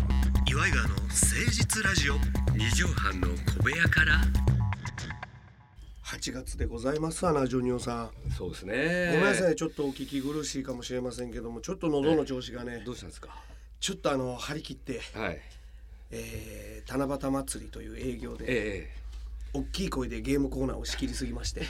イガーの誠実ラジオ二畳半の小部屋から8月でございますわなジョニオさん、そうですねごめんなさいちょっとお聞き苦しいかもしれませんけどもちょっと喉の調子がねどうしたんですかちょっとあの張り切って、はいえー、七夕祭りという営業でええ大きい声でゲームコーナーを仕切りすぎま して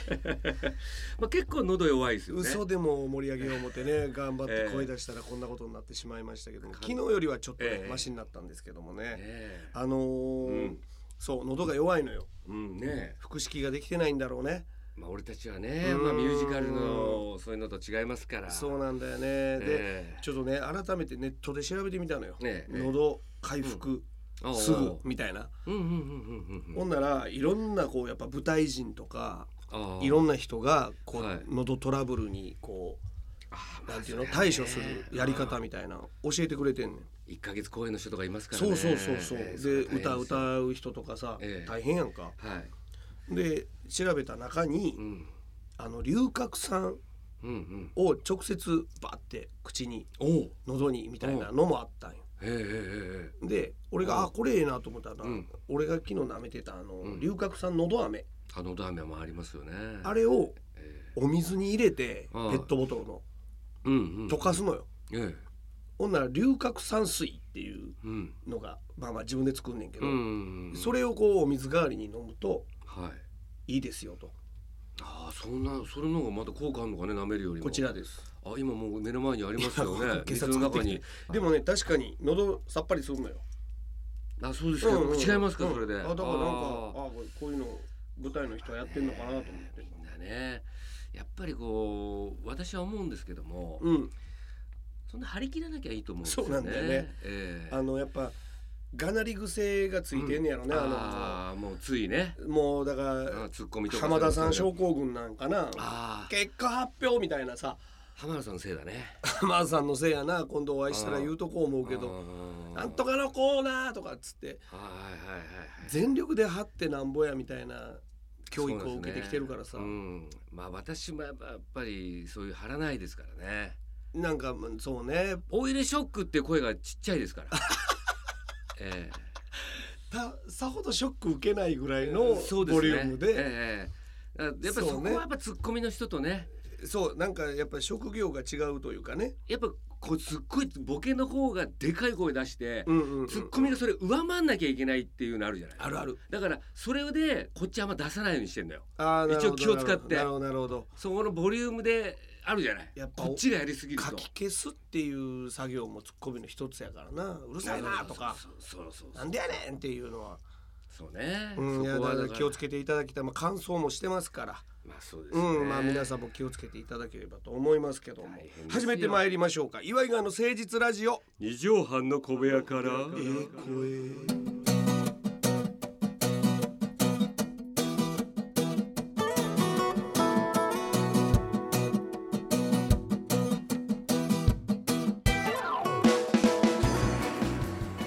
まあ結構喉弱いですよね嘘でも盛り上げよう思ってね頑張って声ええ出したらこんなことになってしまいましたけども昨日よりはちょっとねええマシになったんですけどもねねえあのーうんそう喉が弱いのようんね腹式ができてないんだろうねまあ俺たちはねうんまあミュージカルのそういうのと違いますからそうなんだよね、でええちょっとね改めてネットで調べてみたのよ、ねえ喉回復おうおうすぐみたいな、うんうんうんうんうほんんならいろんなこうやっぱ舞台人とかああいろんな人がこう、はい喉トラブルにこあうあなんていうのまあ対処するやり方うんみたいなの教えてくれてんねん。一ヶ月公演の人とかいますからねそうそうそうそう、ええでそれ歌大変ですよ歌う人とかさ、ええ大変やんかはいで調べた中に、うんあの龍角散うんうんを直接バッて口におう喉にみたいなのもあったんよええええええで俺がうんあこれええなと思ったら、うん俺が昨日舐めてたあの、うん龍角散のど飴あのダメもありますよねあれをええお水に入れてペうんットボトルのうんうん溶かすのよ、ええほんなら龍角散水っていううんのがまあまあ自分で作んねんけど、うんそれをこうお水代わりに飲むとはいいいですよとああそんなそれの方がまだ効果あるのかね舐めるよりもこちらですあ今もう目の前にありますよね警水察持のって中きてにでもね確かに喉さっぱりするのよあそうですか、うんうん違いますか、うんそれであだからなんかああこれこういうの舞台の人はやってんのかなと思って、ーみんなねやっぱりこう私は思うんですけども、うんそんな張り切らなきゃいいと思うんですよねそうなんだよね、ええあのやっぱがなり癖がついてんねやろね、あああもうついねのもうだからあツッコミとか浜田さんそ症ういうの候群なんかなああ結果発表みたいなさ浜田さんのせいだね浜田さんのせいやな今度お会いしたら言うとこ思うけど「ああなんとかのコーナー」とかっつってはいはいはいはい全力で張ってなんぼやみたいな教育を受けてきてるからさ、そうなんですねうん、まあ私もやっぱりそういう張らないですからねなんかそうねオイルショックって声がちっちゃいで すからえたさほどショック受けないぐらえいのそうすねボリュームで、ええええやっぱりそそうこねはやっぱツッコミの人とねそうなんかやっぱり職業が違うというかね、やっぱこうすっごいボケの方がでかい声出して、うんうんうんツッコミがそれ上回んなきゃいけないっていうのあるじゃないあるあるだからそれでこっちあんま出さないようにしてんだよあーなるほど一応気を使ってなるほどなるほどなるほそこのボリュームであるじゃないやっぱこっちがやりすぎどる書とき消すっていう作業もツッコミの一つやからなうるさいなとかそうそうそうそうなんでやねんっていうのは、そうね。うん、いやそこはだだかからら気をつけていただきたい、まあ、感想もしてますからまあそうですうね。んまあ、皆さんも気をつけていただければと思いますけども大変ですよ始めてまいりましょうか岩井川の誠実ラジオ二畳半の小部屋から。ええ声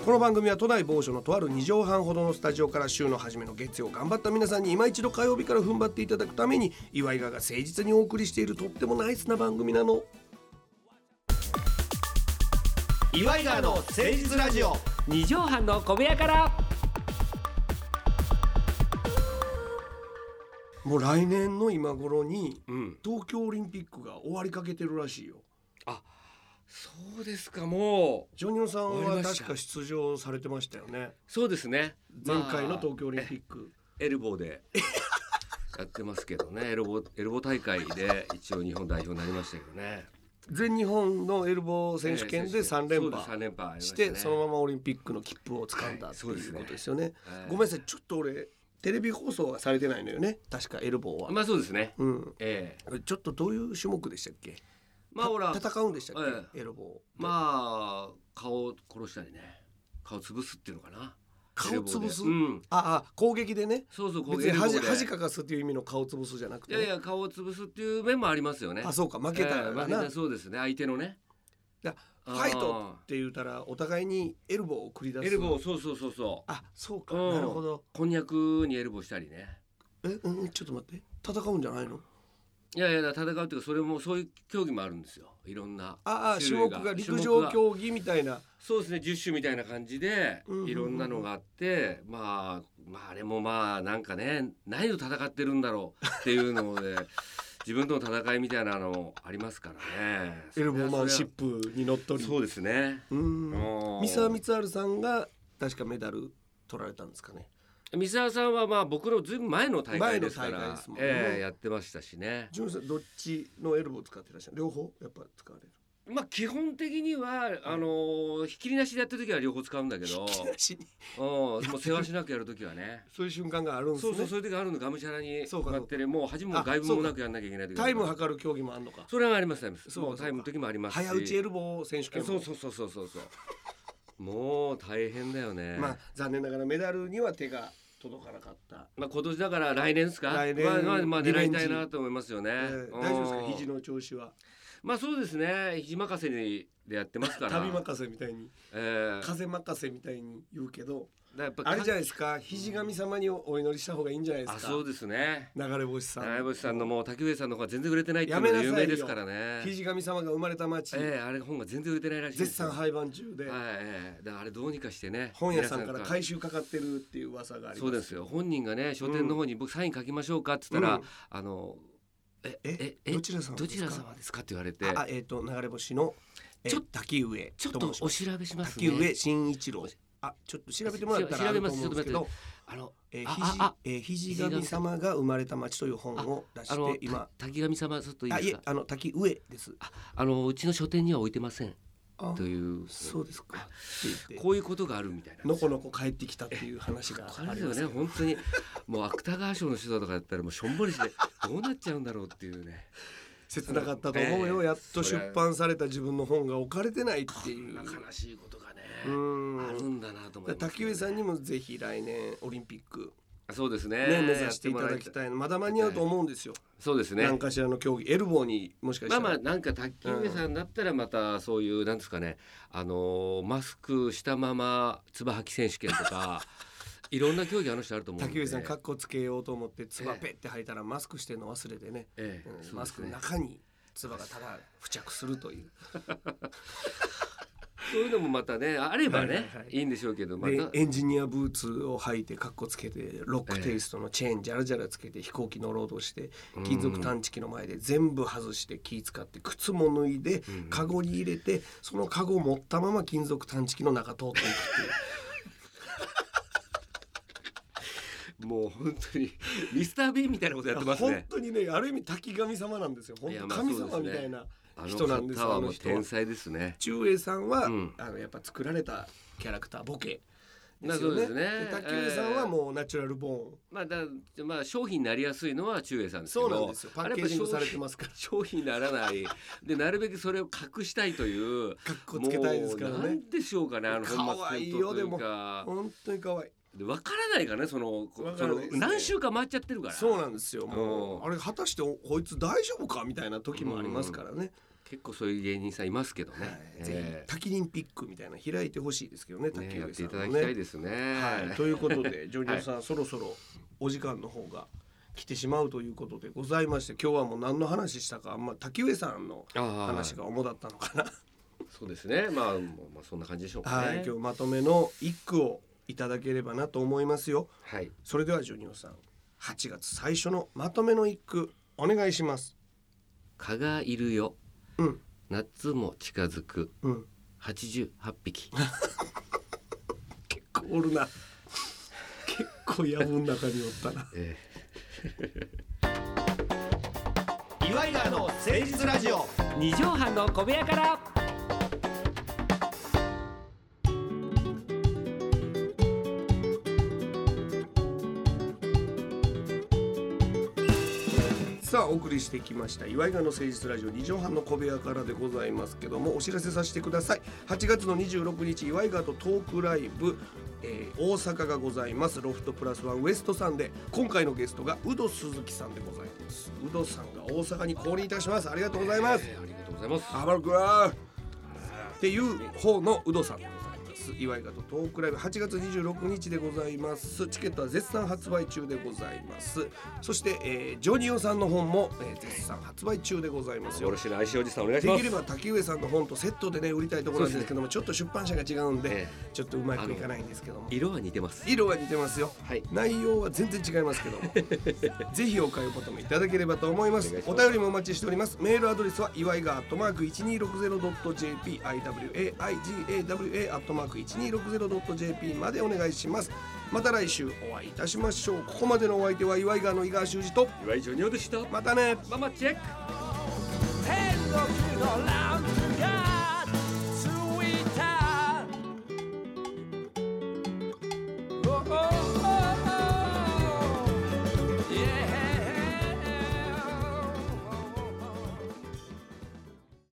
この番組は都内某所のとある2畳半ほどのスタジオから週の初めの月曜頑張った皆さんに今一度火曜日から踏ん張っていただくために岩井川が誠実にお送りしているとってもナイスな番組なの岩井川の誠実ラジオ二畳半の小部屋から。もう来年の今頃にうん。東京オリンピックが終わりかけてるらしいよそうですかもう。ジョニオさん終わはりまし確たか出場されてましたよねそうですね。前回の東東京オリンピック、エルボーで。 やってますけどねエルボーエルボー大会で一応日本代表になりましたけどね全日本のエルボー選手権で3連覇そうです三連覇ありまし、してたねそのままオリンピックの切符を掴んだはっいてそうでいすうねことですよね、はいごめんなさいちょっと俺テレビ放送はされてないのよね確かエルボーは、まあそうですねうんええちょっとどういう種目でしたっけまあほらた戦うんでしたっけ、えエルボーまあ顔を殺したりね顔潰すっていうのかな顔潰す、うんああ攻撃でねそうそうこう別にエルボー恥で恥かかすっていう意味の顔潰すじゃなくいてやいや顔を潰すっていう面もありますよね。あそうか負けたえらえな、負けたそうですね相手のね。だあーファイトって言うたらお互いにエルボーを繰り出すエルボーそうそうそうそう。あそうかうんなるほどこんにゃくにエルボーしたりね。え、うん、ちょっと待って戦うんじゃないのいやいや戦うっていうかそれもそういう競技もあるんですよいろんなああ種目が陸上技競技みたいなそうですね10種みたいな感じでうんうんうんいろんなのがあってまあまああれもまあなんかね何を戦ってるんだろうっていうので 自分との戦いみたいなのありますからねエルボーマンシそップにのっとりゃりそうですねうんうん三沢光晴さんが確かメダル取られたんですかね三沢さんはまあ僕のずいぶん前の大会ですから前の大会ですもんねええやってましたしねジュンさんどっちのエルボー使ってらっしゃる両方やっぱ使われるまあ基本的にはあのひっきりなしでやってる時は両方使うんだけど引き出しにうんもう世話しなくやる時はね そういう瞬間があるんですそうねそうそういう時あるのがむしゃらにそうかなってるもう恥も外部もなくやんなきゃいけない時があタるイム測る競技もあるのかそれはありますありますそうかもうタイムの時もありますし早打ちエルボー選手権もそうそうそうそうそうそうもう大変だよねまあ残念ながらメダルには手が届かなかった、まあ今年だから来年ですか来年まあまあまあリベ狙ンいジたいなと思いますよね、えー大丈夫ですうかん肘の調子はまあそうですね肘任せにでやってますから旅任せみたいにえー風任せみたいに言うけどだからやっぱあれじゃないですか肘神様にお祈りした方がいいんじゃないですあかそうですね流れ星さん長星さんのもう滝上さんの方が全然売れてないっていうのがやめ有なさい名よですからね肘神様が生まれた町、ええあれ本が全然売れてないらしいで絶すよ賛はい廃盤中で、ええだからあれどうにかしてね本屋さんか皆ら回収かかってるっていう噂がありそまうすですよ本人がね書店の方に僕サイン書きましょうかって言ったら、うんあのええええどちら様どちらですか様ですかって言われてあえっ、と流れ星のえちょ滝上ちょっとと申しおます調べします滝上ね慎一郎あちょっと調べてもらったら調あべるとます思うんですけどあのえーあ肘あえー肘神様が生まれた町という本を出あしのて今た滝上様ちょっといいあでいすえかあの滝上ですああのうちの書店には置いてませんあというそうですかって言っこういうことがあるみたいてなのこのこ帰ってきたっていう話がああれりだよますね本当にもう芥川賞の人だとかやったらもうしょんぼりしてどうなっちゃうんだろうっていうね切なかったと思うよええやっと出版された自分の本が置かれてないっていうな悲しいことがねうあるんんだなと思います滝上さんにもぜひ来年オリンピックそうですねね目指していただきいたいのまだ間に合うと思うんですよそうですね何かしらの競技エルボーにもしかしたまあまらあなんか卓球上さんだったらまたそういうなんですかねあのーマスクしたままつばはき選手権と かいろんな競技あの人あると思うんで滝上さんカッコつけようと思ってつばペって吐いたらマスクしてるの忘れてねええうんそうですねマスクの中に唾がただ付着するという。そういうのもまたねあればね、はいはいいいはいんでしょうけどまでたエンジニアブーツを履いてカッコつけてロックテイストのチェーンジャラジャラつけて飛行機乗ろうとしてうん金属探知機の前で全部外して気使って靴も脱いでんカゴに入れてそのカゴ持ったまま金属探知機の中通っていくっていう。もう本当にミスター・ビーンみたいなことやってます本ね。当にねある意味滝神様なんですよ本いや当まあ神そ様うみですねたいなあ人なんですの方よあはのもう人は天才ですね。中英さんは、うんあのやっぱ作られたキャラクターボケでまあすよね,そうで、ですね滝上さんはもうナチュラルボーン、まあだまあ商品になりやすいのは中英さんですけそど。うなんですよパッケージングされてますから商品にならないでなるべくそれを隠したいというかっこつけたいですからもうなねんでしょうかねあの可愛いよ本末転倒というか本当に可愛いでわからないからねそのこわかそらのないですね何週間回っちゃってるからそうなんですよもううんあれ果たしておこいつ大丈夫かみたいな時もありますからね、結構そういう芸人さんいますけどね、はい、ぜえひ滝リンピックみたいなの開いてほしいですけどねえ滝ねやっ上てさんいただもきたねいですね。はい、ということで、 ジョニオさん、そろそろお時間の方が来てしまうということでございまして、今日はもう何の話したか、あんま滝上さんのああ話が主だったのか な。そうですねまあもうまあそんな感じでしょうかはい、ね。今日まとめの一句をいただければなと思いますよ。はいそれではジョニオさん、8月最初のまとめの一句お願いします。蚊がいるようん、夏も近づくうん、 88匹結構おるな。 結構やぶん中におった な。え 岩井川の誠実ラジオ。え二畳半の小部屋からさあお送りしてきました岩井川の誠実ラジオ2畳半の小部屋からでございますけどもお知らせさせてください8月の26日岩井川とトークライブ、えー大阪がございますロフトプラスワンウエストさんで今回のゲストがウド鈴木さんでございますウドさんが大阪に降臨いたしますありがとうございますええありがとうございます。あばらくわーっていう方のウドさんでございますます岩井がとトークライブ8月26日でございますチケットは絶賛発売中でございますそして、えージョニオさんの本も、えー絶賛発売中でございますよよろしいの愛しおじさんお願いしでまきすれば竹上さんの本とセットでね売りたいところなんですけどもちょっと出版社が違うんで、えちょっとうまくいかないんですけども色は似てます色は似てますよはい内容は全然違いますけども ぜひお買い求めいただければと思いますおお願便いしますりもお待ちしておりますメールアドレスは祝いがアットマーク 1260.jp iwaigawa アットマーク 1260.jp までお願いしますまた来週お会いいたしましょうここまでのお相手は祝いがの井川修司と岩井ジョニオでしたまたねママチェック Hello, Gino, Lamb to God, sweetheart. Oh, oh.